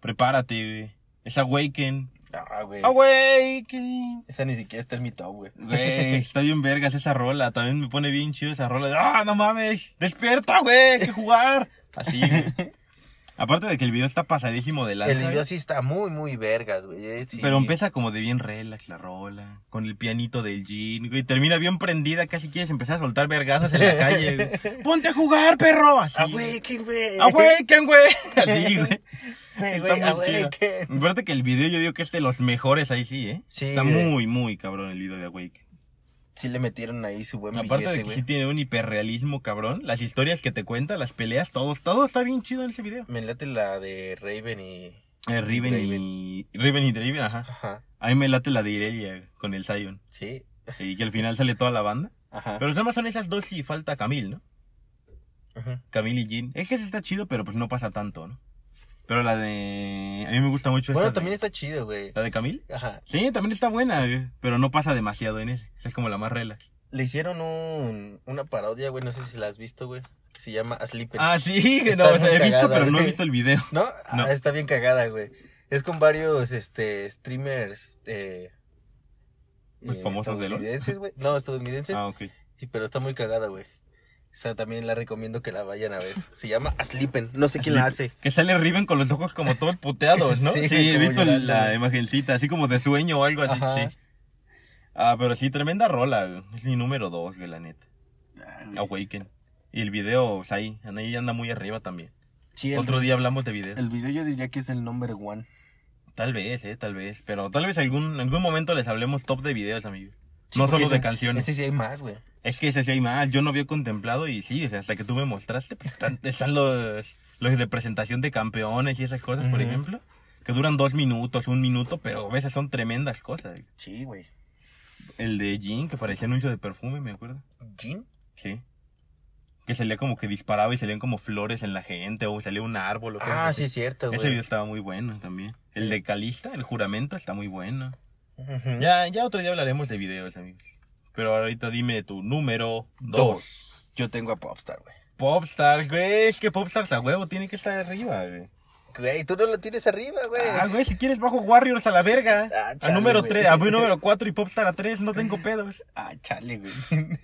A: Prepárate, güey. Es Awaken.
B: Ah, güey.
A: Awaken.
B: Esa ni siquiera está en mi top, güey.
A: Güey,
B: [laughs]
A: está bien vergas esa rola. También me pone bien chido esa rola. de, ¡Ah, no mames! ¡Despierta, güey! hay ¡Que jugar! Así, güey. Aparte de que el video está pasadísimo de lanza.
B: El video
A: güey.
B: sí está muy, muy vergas, güey. eh, sí.
A: Pero empieza como de bien relax la rola, con el pianito del jean, güey. Termina bien prendida, casi quieres empezar a soltar vergazas en la calle,
B: [laughs]
A: güey. ¡Ponte a jugar, perro! Así.
B: Awaken, Ah, güey. [laughs]
A: ¡Awaken, güey! Así, güey.
B: Güey,
A: Está
B: güey,
A: muy chido.
B: awaken.
A: Aparte que el video yo digo que es de los mejores ahí sí, ¿eh?
B: Sí,
A: Está
B: güey.
A: muy, muy cabrón el video de Awaken.
B: Sí le metieron ahí su buen
A: Aparte de
B: billete,
A: que sí
B: güey.
A: tiene un hiperrealismo cabrón, las historias que te cuenta, las peleas, todo, todo está bien chido en ese video.
B: Me late la de Raven y...
A: Eh, Riven y... Riven y Draven, ajá.
B: Ajá.
A: A mí me late la de Irelia güey, con el Zion.
B: Sí.
A: Y que al final sale toda la banda.
B: Ajá.
A: Pero nada más son esas dos y falta Camil, ¿no?
B: Ajá.
A: Camil y Jean. Es que ese está chido, pero pues no pasa tanto, ¿no? Pero la de... A mí me gusta mucho
B: Bueno,
A: esa de-
B: también está chido, güey.
A: ¿La de Camil?
B: Ajá.
A: Sí, también está buena, güey, pero no pasa demasiado en ese. Esa es como la más relax.
B: Le hicieron un, una parodia, güey, no sé si la has visto, güey, que se llama Sleeping.
A: Ah, sí,
B: Está
A: no, o sea,
B: muy
A: he visto,
B: cagada,
A: pero no he
B: güey.
A: visto el video.
B: ¿No?
A: no.
B: Ah, está bien cagada, güey. Es con varios este streamers eh,
A: Pues, famosos de LOL.
B: estadounidenses, güey. No, estadounidenses,
A: Ah, ok.
B: y- pero está muy cagada, güey. O sea, también la recomiendo que la vayan a ver. Se llama Sleeping, no sé quién la hace.
A: Que sale Riven con los ojos como todos puteados, ¿no? Sí,
B: Sí,
A: he
B: como
A: visto
B: llorando,
A: la
B: güey.
A: imagencita, así como de sueño o algo así.
B: Ajá.
A: sí. Ah, pero sí, tremenda rola. güey. Es mi número dos, güey, la neta. Awaken. Y el video, pues, ahí, ahí anda muy arriba también.
C: Sí, el,
A: Otro día hablamos de video.
C: el video yo diría que es el number one.
A: Tal vez, eh, tal vez. Pero tal vez algún, algún momento les hablemos top de videos, amigos. no
B: porque
A: solo de
B: ese-
A: canciones.
B: Ese sí hay más, güey.
A: Es que ese sí hay más. Yo no había contemplado y sí, o sea, hasta que tú me mostraste, pues,
B: [laughs]
A: están, están los, los de presentación de campeones y esas cosas, por
B: Ujú.
A: ejemplo. Que duran dos minutos, un minuto, pero a veces son tremendas cosas.
C: Sí, güey.
A: El de Jean, que parecía anuncio de perfume, me acuerdo.
B: ¿Jean?
A: Sí. Que salía como que disparaba y salían como flores en la gente o salía un árbol o cosas
B: Ah,
A: así.
B: sí, es cierto, güey.
A: Ese video estaba muy bueno también. El de Calista, el juramento, está muy bueno.
B: Ujú.
A: Ya, ya otro día hablaremos de videos, amigos. Pero ahorita dime tu número dos.
C: Dos. Yo tengo a Popstar, güey.
A: Popstars, güey, es que Popstars a huevo tiene que estar arriba, güey.
B: Güey, tú no lo tienes arriba, güey.
A: Ah, güey, si quieres bajo Warriors a la verga.
B: Ah,
A: a
B: chale,
A: número
B: güey.
A: 3, a mi número 4 y Popstar a 3, no tengo pedos.
C: Ah, chale,
B: [laughs]
C: güey.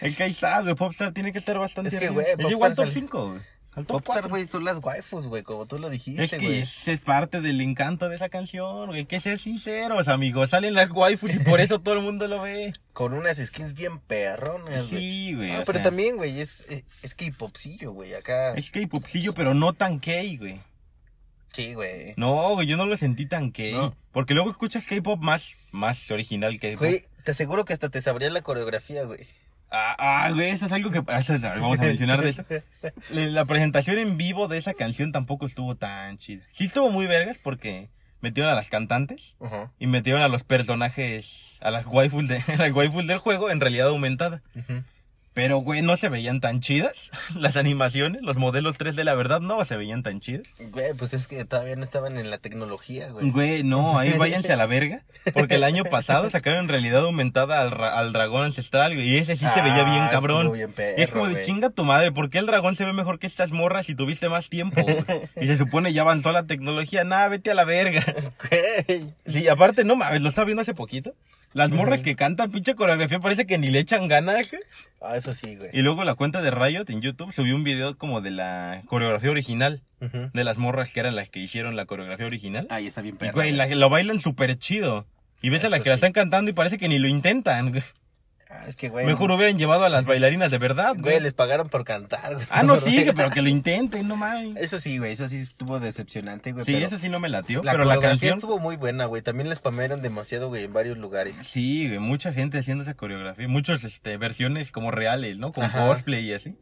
A: Es que ahí está, güey, Popstar tiene que estar bastante
B: Es que,
A: arriba.
B: güey,
A: es igual top
B: Popstar sal-
A: 5, güey. Al top
B: Popstar,
A: 4.
B: güey, son las waifus, güey, como tú lo dijiste,
A: Es que
B: güey.
A: ese es parte del encanto de esa canción, güey. Hay Que ser sinceros, amigos. Salen las waifus y por eso todo el mundo lo
B: [laughs]
A: ve.
B: Con unas skins bien perronas, güey.
A: Sí, güey.
B: Ah,
A: o
B: pero
A: sea,
B: también, güey, es, es, es K-popcillo, güey, acá.
A: Es que popsillo, pero no tan gay, güey.
B: Sí, güey.
A: No, güey, yo no lo sentí tan gay.
B: No.
A: Porque luego escuchas K-pop más, más original que.
B: Güey, te aseguro que hasta te sabría la coreografía, güey.
A: Ah, ah, güey, eso es algo que. eso es- vamos a mencionar de
B: [laughs]
A: eso. Le- La presentación en vivo de esa canción tampoco estuvo tan chida. Sí estuvo muy vergas porque metieron a las cantantes
B: Ajá.
A: y metieron a los personajes, a las waifus, de, [laughs] a las waifus del juego en realidad aumentada. Pero, güey, no se veían tan chidas. [laughs] Las animaciones, los modelos 3D, la verdad, no se veían tan chidas.
B: Güey, pues es que todavía no estaban en la tecnología, güey.
A: Güey, no, ahí váyanse a la verga. Porque el año pasado sacaron en realidad aumentada al, ra- al dragón ancestral, güey. Y ese sí se veía bien
B: Ah,
A: cabrón.
B: estuvo bien perro,
A: Y es como de
B: güey.
A: chinga tu madre, ¿por qué el dragón se ve mejor que estas morras si tuviste más tiempo? güey? Y se supone ya avanzó la tecnología, nada, vete a la verga.
B: [laughs]
A: [laughs]
B: Güey.
A: Sí, aparte, no mames, lo estaba viendo hace poquito. Las morras que cantan, pinche coreografía, parece que ni le echan ganas. güey.
B: Ah, eso sí, güey.
A: Y luego la cuenta de Riot en YouTube subió un video como de la coreografía original,
B: Ujú.
A: de las morras que eran las que hicieron la coreografía original.
C: Ahí está bien
A: Y,
C: perro.
A: güey, la- lo bailan súper chido. Y ves a las
B: Eso
A: que la
B: sí.
A: están cantando y parece que ni lo intentan. güey.
B: Ah, es que, güey.
A: Mejor hubieran llevado a las bailarinas de verdad,
B: Güey,
A: güey.
B: les pagaron por cantar, güey. [laughs]
A: Ah, no, sí, que- pero que lo intenten, no mames.
C: Eso sí, güey. Eso sí estuvo decepcionante, güey.
A: Sí,
C: pero-
A: eso sí no me latió,
B: La
A: pero la
B: coreografía
A: canción...
B: estuvo muy buena, güey. También les spamearon demasiado, güey, en varios lugares.
A: Sí, güey, mucha gente haciendo esa coreografía. Muchas este, versiones como reales, ¿no? Con
B: Ajá.
A: cosplay y así.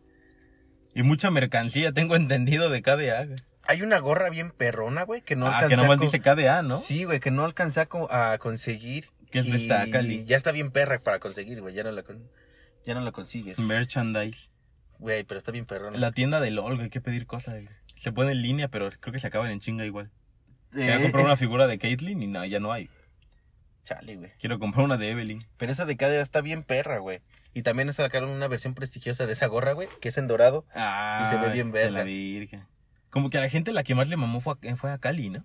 A: Y mucha mercancía, tengo entendido, de KDA. güey.
B: Hay una gorra bien perrona, güey, que no
A: ah, que
B: alcancé a
A: nomás
B: co-
A: dice KDA, ¿no?
B: Sí, güey, que no alcancé a, co- a conseguir.
A: Que es de
B: Y
A: esta Cali.
B: Ya está bien perra para conseguir, güey. Ya no la con- ya no la consigues.
A: Merchandise.
B: Güey, pero está bien perrona.
A: Mm. La tienda de LOL, güey, hay que pedir cosas. güey. Se pone en línea, pero creo que se acaban en chinga igual.
C: Eh,
A: Quería comprar una figura de Caitlyn y no, ya no hay.
B: Eh, Chale, güey.
A: Quiero comprar una de Evelyn.
B: Pero esa de Cadillac está bien perra, güey. Y también sacaron una versión prestigiosa de esa gorra, güey, que es en dorado.
A: Ah,
B: Y se ve bien
A: de la
B: vergas.
A: virgen. Como que a la gente la que más le mamó fue a, eh, fue a Cali, ¿no?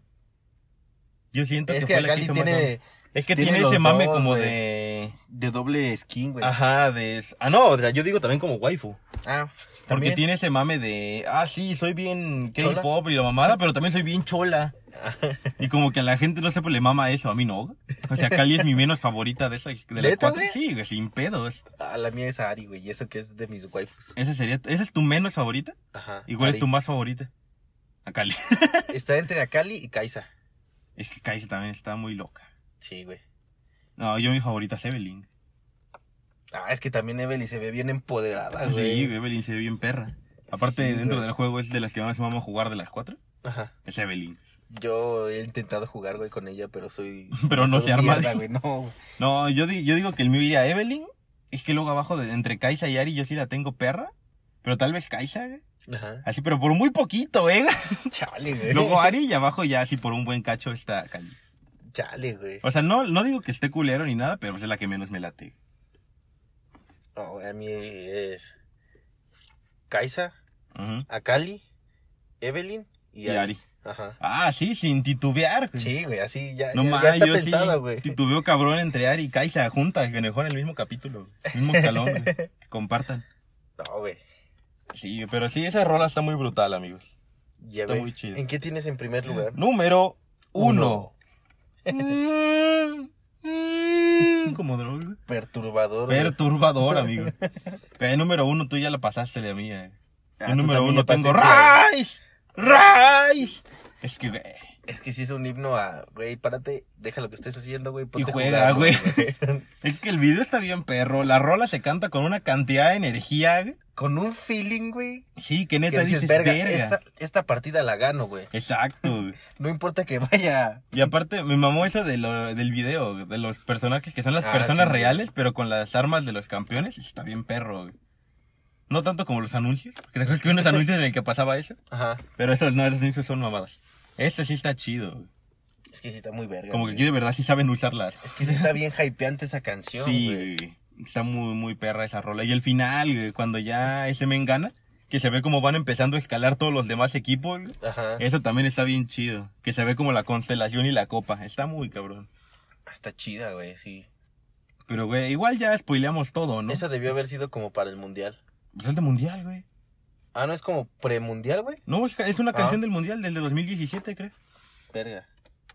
A: Yo siento
B: Es
A: que,
B: que
A: fue la
B: acá
A: que
B: sí
A: hizo más
B: tiene
A: mame. Es que
B: tiene
A: tiene,
B: los
A: ese mame
B: dos,
A: como
B: güey.
A: de...
C: De doble skin, güey.
A: Ajá, de... Ah, no, o sea, yo digo también como waifu.
B: Ah,
A: Porque
B: también.
A: tiene ese mame de... Ah, sí, soy bien
B: Chola.
A: K-pop y la mamada, pero también soy bien
B: [laughs]
A: chola. y como que a la gente, no sé, pues le mama eso. A mí no. O sea, Cali es mi menos favorita de esas... De las
B: ¿Neta,
A: cuatro.
B: güey?
A: Sí, güey, sin pedos.
B: Ah, la mía es Ari, güey, y eso que es de mis waifus.
A: ¿Esa sería... ¿Esa es tu menos favorita?
B: Ajá.
A: Igual es
B: Ari.
A: tu más favorita. A Cali.
B: Está entre Akali y Kaisa.
A: Es que Kaisa también está muy loca.
B: Sí, güey.
A: No, yo mi favorita es Evelyn.
B: Ah, es que también Evelyn se ve bien empoderada, Ah, güey.
A: sí, Evelyn se ve bien perra. Aparte,
B: Sí,
A: dentro
B: güey.
A: del juego es de las que más vamos a jugar de las cuatro.
B: Ajá.
A: Es Evelyn.
B: Yo he intentado jugar, güey, con ella, pero soy...
A: [laughs] Pero no
B: soy
A: se arma,
B: mierda,
A: dijo.
B: güey, no, güey.
A: No, yo, di- yo digo que el mío iría a Evelyn. Es que luego abajo, de, entre Kaisa y Ari, yo sí la tengo perra. Pero tal vez Kaisa, güey.
B: Ajá.
A: Así, pero por muy poquito, ¿eh?
B: Chale,
A: [laughs]
B: güey.
A: Luego Ari y abajo ya así por un buen cacho está Cali.
B: Chale, güey.
A: O sea, no, no digo que esté culero ni nada, pero pues es la que menos me late.
B: No, güey, a mí es... Kaisa,
A: Ujú.
B: Akali, Evelyn y,
A: Y Ari.
B: Ajá.
A: Ah, sí, sin titubear. güey.
B: Sí, güey, así ya,
A: No
B: ya- ya
A: mames,
B: está
A: yo
B: pensada,
A: sí
B: güey.
A: titubeo cabrón entre Ari y Kaisa juntas, que mejor en el mismo capítulo, mismo escalón, güey, que compartan.
B: No, güey.
A: Sí, pero sí, esa rola está muy brutal, amigos.
B: Ya,
A: Está
B: güey.
A: muy chido.
B: ¿En qué tienes en primer lugar?
A: Número uno. Mm, mm, Como droga.
B: Perturbador. güey.
A: Perturbador, amigo. Pero el número uno tú ya la pasaste la mía.
B: Ah,
A: El
B: tú
A: número
B: también
A: uno
B: ya pasaste,
A: tengo
B: güey.
A: Rise. Rise. Es que, güey.
B: Es que sí es un himno a, güey, párate, deja lo que estés haciendo, güey. ponte a
A: juega,
B: jugar,
A: Es que el video está bien perro. La rola se canta con una cantidad de energía, güey.
B: [laughs] Con un feeling, güey.
A: Sí, que
B: Que
A: neta
B: dices,
A: dices,
B: verga,
A: verga.
B: Esta, esta partida la gano, güey.
A: Exacto. güey.
B: No importa que vaya.
A: Y aparte, me mamó eso de lo- del video, güey, de los personajes que son las
B: Ah,
A: personas
B: sí, güey.
A: reales, pero con las armas de los campeones. Está bien perro, güey. No tanto como los anuncios, porque te acuerdas que hubo unos anuncios en el que pasaba eso.
B: Ajá.
A: Pero esos no, esos anuncios son mamadas. Este sí está chido, güey.
B: Es que sí está muy verga.
A: Como que
B: güey.
A: aquí de verdad sí saben usarlas.
B: Es que sí está bien hypeante esa canción,
A: Sí,
B: güey.
A: güey. Está muy, muy perra esa rola. Y el final, güey, cuando ya ese men gana, que se ve como van empezando a escalar todos los demás equipos, güey.
B: Ajá.
A: Eso también está bien chido. Que se ve como la constelación y la copa. Está muy cabrón.
B: Está chida, güey, sí.
A: Pero, güey, igual ya spoileamos todo, ¿no?
B: Esa debió haber sido como para el mundial.
A: Pues es de mundial, güey.
B: Ah, no, es como premundial, güey.
A: No, es, es
B: Ah.
A: una canción del mundial, del de 2017, creo.
B: Verga.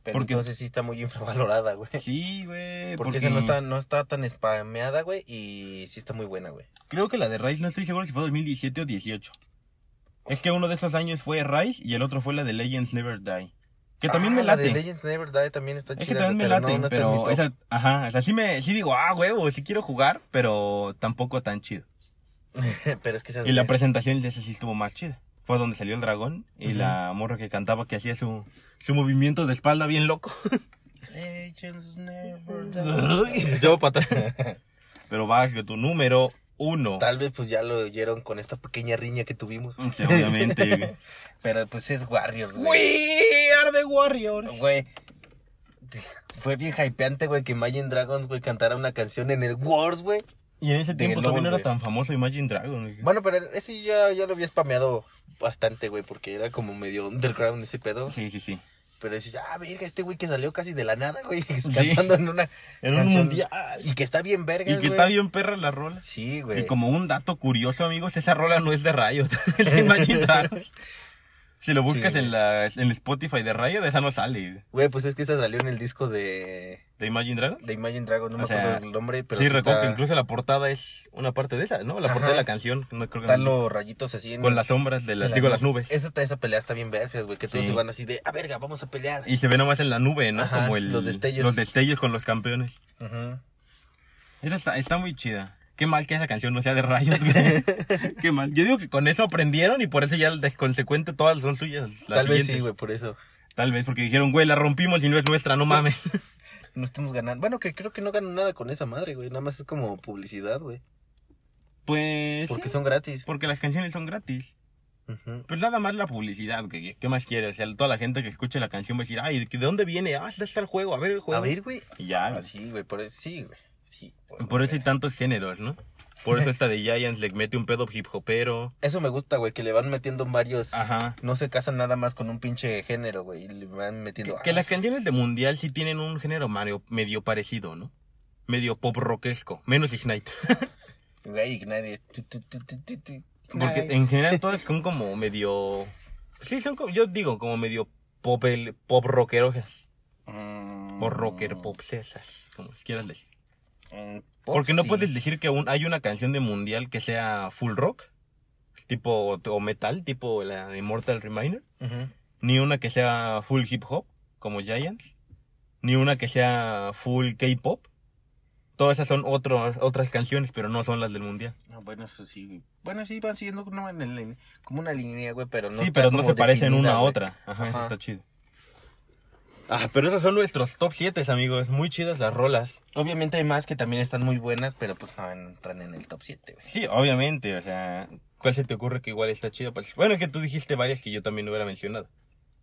B: Pero
A: Porque-
B: entonces sí está muy infravalorada, güey.
A: Sí, güey.
B: Porque, esa no está, no está tan spameada, güey. Y sí está muy buena, güey.
A: Creo que la de Rice, no estoy seguro si fue 2017 o 18. Es que uno de esos años fue Rice y el otro fue la de Legends Never Die. Que también
B: Ah,
A: me
B: la
A: late.
B: de Legends Never Die también está chida.
A: Es que también me
B: güey,
A: late,
B: no- no está en
A: pero
B: mi top.
A: esa, ajá, o sea, sí me, sí digo, ah, huevo, sí quiero jugar, pero tampoco tan chido.
B: [laughs] pero es que esa
A: Y la presentación de esa sí estuvo más chida. Fue donde salió el dragón y
B: Ujú.
A: la morra que cantaba que hacía su, su movimiento de espalda bien loco.
B: Legends Never
A: [laughs]
B: Die. [laughs]
A: Yo para atrás. Pero vas, que tu número uno.
B: Tal vez pues ya lo oyeron con esta pequeña riña que tuvimos.
A: Sí, obviamente.
B: [laughs]
A: güey.
B: Pero pues es Warriors, güey.
A: We are the Warriors.
B: Güey. Fue bien hypeante, güey, que Imagine Dragons, güey, cantara una canción en el Wars, güey.
A: Y en ese tiempo
B: LOL,
A: también no
B: güey.
A: era tan famoso Imagine Dragons.
B: Bueno, pero ese ya, ya lo había spameado bastante, güey, porque era como medio underground ese pedo.
A: Sí, sí, sí.
B: Pero dices, ah, verga, este güey que salió casi de la nada, güey, [laughs]
A: Sí.
B: cantando en una.
A: En un
B: canción. ah,
A: mundial.
B: Y que está bien verga,
A: Y que está bien perra la rola.
B: Sí,
A: Y
B: güey.
A: como un dato curioso, amigos, esa rola no es de Riot, [laughs] es
B: [laughs]
A: de Imagine Dragons. Si lo buscas
B: Sí,
A: en, la, en el Spotify de Riot, esa no sale. güey.
B: Güey, pues es que esa salió en el disco de,
A: ¿De Imagine Dragons?
B: de Imagine Dragon, no
A: O
B: me
A: sea,
B: acuerdo el nombre, pero
A: sí,
B: sí
A: recuerdo que
B: está-
A: incluso la portada es una parte de esa, ¿no? La
B: Ajá.
A: portada de la canción, no creo que
B: Están
A: no-
B: los rayitos así en-
A: con las sombras de la-
B: en
A: digo, las nubes.
B: Esa, esa pelea está bien vergas, güey, que todos
A: Sí.
B: se van así de, ah, verga, vamos a pelear.
A: Y se ve nomás en la nube, ¿no?
B: Ajá,
A: Como el,
B: los destellos.
A: Los destellos con los campeones.
B: Ujú.
A: Esa está, está muy chida. Qué mal que esa canción no sea de Riot,
B: [laughs]
A: güey. Qué mal. Yo digo que con eso aprendieron y por eso ya de consecuente todas son suyas. las
B: Tal vez sí,
A: siguientes.
B: güey, por eso.
A: Tal vez porque dijeron, güey, la rompimos y no es nuestra, no mames.
B: [laughs] No estamos ganando. Bueno, que creo que no ganan nada con esa madre, güey. Nada más es como publicidad, güey.
A: Pues. sí,
B: Porque
A: Porque,
B: son gratis.
A: las canciones son gratis.
B: Ujú.
A: Pues nada más la publicidad, güey. ¿Qué más quieres? O sea, toda la gente que escuche la canción va a decir, ay, ¿de dónde viene? Ah, está el juego, a ver el juego.
B: A ver, güey.
A: Y ya.
B: Ah,
A: güey.
B: sí, güey, por eso, sí, güey. Sí, por,
A: Por eso hay tantos géneros, ¿no? Por
B: [laughs]
A: eso esta de Giants le mete un pedo hip hopero.
B: Eso me gusta, güey, que le van metiendo varios.
A: Ajá.
B: No se casan nada más con un pinche género, güey. y Le van
A: Que,
B: metiendo.
A: que
B: ah,
A: las
B: sí.
A: canciones de mundial sí tienen un género mario- medio parecido, ¿no? Medio pop rockesco, menos Ignite. [laughs]
B: Güey, Ignite. tu, tu, tu, tu, tu, tu,
A: Porque
B: Ignite.
A: en general todas son como medio. Sí, son como, yo digo, como medio pop, pop rockerosas.
B: Mm,
A: O rocker popsesas, como quieras decir.
B: mm, pop,
A: Porque no
B: sí.
A: puedes decir que aún hay una canción de mundial que sea full rock, tipo o metal, tipo la de Mortal Reminder,
B: Ujú.
A: ni una que sea full hip hop, como Giants, ni una que sea full K-pop. Todas esas son otro- otras canciones, pero no son las del mundial.
B: Ah, Bueno, eso sí, güey. Bueno, sí, van siguiendo como una, line- como una línea, güey, pero no.
A: sí,
B: está
A: pero no
B: como
A: se parecen
B: definida,
A: una a
B: güey.
A: otra. Ajá, eso
B: Ajá.
A: está chido. Ah, pero esos son nuestros top 7, amigos. Muy chidas las rolas.
B: Obviamente hay más que también están muy buenas, pero pues no entran en el top 7, güey.
A: Sí, obviamente, o sea, ¿cuál se te ocurre que igual está chida? Pues, bueno, es que tú dijiste varias que yo también hubiera mencionado.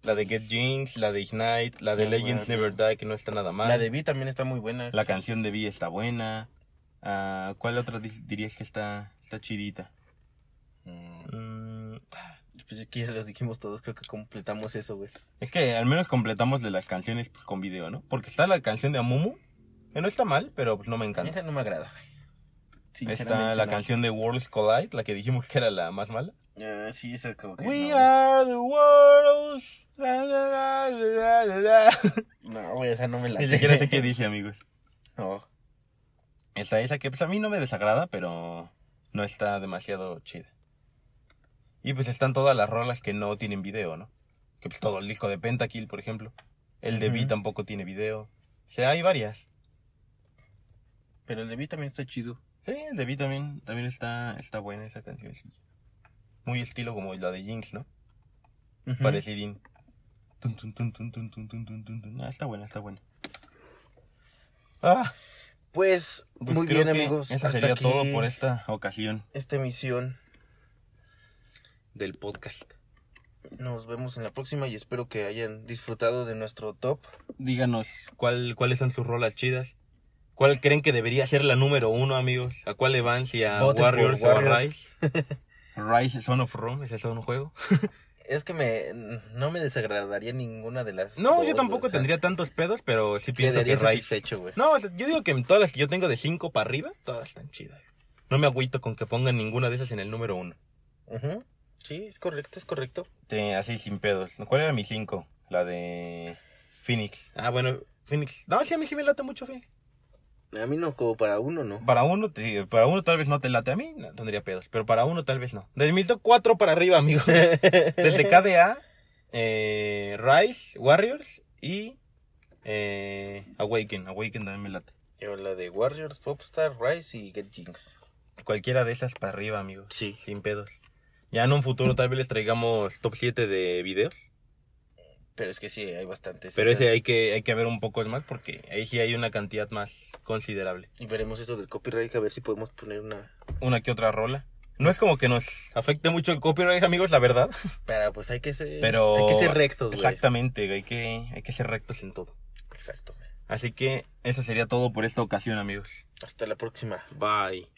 A: La de Get Jinx, la de Ignite, la de
B: Ah,
A: Legends
B: bueno.
A: Never Die, que no está nada mal.
B: La de Vi también está muy buena.
A: La canción de Vi está buena. Ah, ¿Cuál otra di- dirías que está, está chidita?
B: Mm,
A: Mm,
B: Pues es que ya las dijimos todos, creo que completamos eso, güey.
A: es que al menos completamos de las canciones pues, con video, ¿no? Porque está la canción de Amumu, que no está mal, pero pues, no me encanta.
B: Esa no me agrada, güey.
A: Está
B: Sinceramente,
A: la
B: no.
A: canción de Worlds Collide, la que dijimos que era la más mala.
B: Ah, sí, esa como que.
A: We
B: no,
A: are the worlds. La, la, la, la, la, la.
B: No, güey, esa no me la
A: Ni siquiera sé qué dice, amigos.
B: [laughs] No.
A: Está esa que pues a mí no me desagrada, pero no está demasiado chida. Y pues están todas las rolas que no tienen video, ¿no? Que pues todo el disco de Pentakill, por ejemplo. El de B
B: Ujú.
A: tampoco tiene video. O sea, hay varias.
B: Pero el de Vi también está chido.
A: Sí, el de B también, también está, está buena esa canción. sí. Muy estilo como la de Jinx, ¿no? Parecidín. Tun, tun, tun, tun, tun, tun, tun, tun, tun, tun. Ah, está buena, está buena. Ah,
B: Pues,
A: Pues
B: muy
A: creo
B: bien,
A: que
B: amigos.
A: Eso
B: hasta
A: sería
B: aquí
A: todo por esta ocasión
B: esta emisión.
A: del podcast.
B: Nos vemos en la próxima y espero que hayan disfrutado de nuestro top.
A: Díganos cuál, cuáles son sus rolas chidas. ¿Cuál creen que debería ser la número uno, amigos? ¿A cuál le van? ¿Si a
B: Voten por
A: Warriors, o a
B: Warriors.
A: Rise? [laughs] Rise Son of Rome, ese es un juego.
B: Es que me no me desagradaría ninguna de las.
A: No,
B: dos,
A: yo
B: güey,
A: tampoco
B: o sea,
A: tendría tantos pedos, pero sí pienso que
B: Quedaría
A: Rise.
B: satisfecho, güey.
A: No, o sea, yo digo que en todas las que yo tengo de 5 para arriba, todas están chidas. No me agüito con que pongan ninguna de esas en el número uno.
B: Ujú. Sí, es correcto, es correcto.
A: Te- así sin pedos. ¿Cuál era mi 5? La de Phoenix. Ah, bueno, Phoenix. No, sí, a mí sí me late mucho Phoenix.
B: A mí no como para uno, [laughs] ¿no?
A: Para uno, te- para uno tal vez no te late. A mí no tendría pedos, pero para uno tal vez no. Desde mi top 4 para arriba, amigo. Desde KDA, eh, Rise, Warriors y eh, Awaken. Awaken también me late.
B: Yo la de Warriors, Popstar, Rise y Get Jinx.
A: Cualquiera de esas para arriba, amigos.
B: Sí.
A: Sin pedos. Ya en un futuro tal vez les traigamos top 7 de videos.
B: Pero es que sí, hay bastantes.
A: Pero
B: o sea,
A: ese hay que, hay que ver un poco más porque ahí sí hay una cantidad más considerable.
B: Y veremos eso del copyright, a ver si podemos poner una...
A: Una que otra rola. No es como que nos afecte mucho el copyright, amigos, la verdad.
B: Pero pues hay que ser...
A: Pero-
B: Hay que ser rectos, güey.
A: Exactamente, hay que, hay que ser rectos en todo.
B: Exacto. güey.
A: Así que eso sería todo por esta ocasión, amigos.
B: Hasta la próxima.
A: Bye.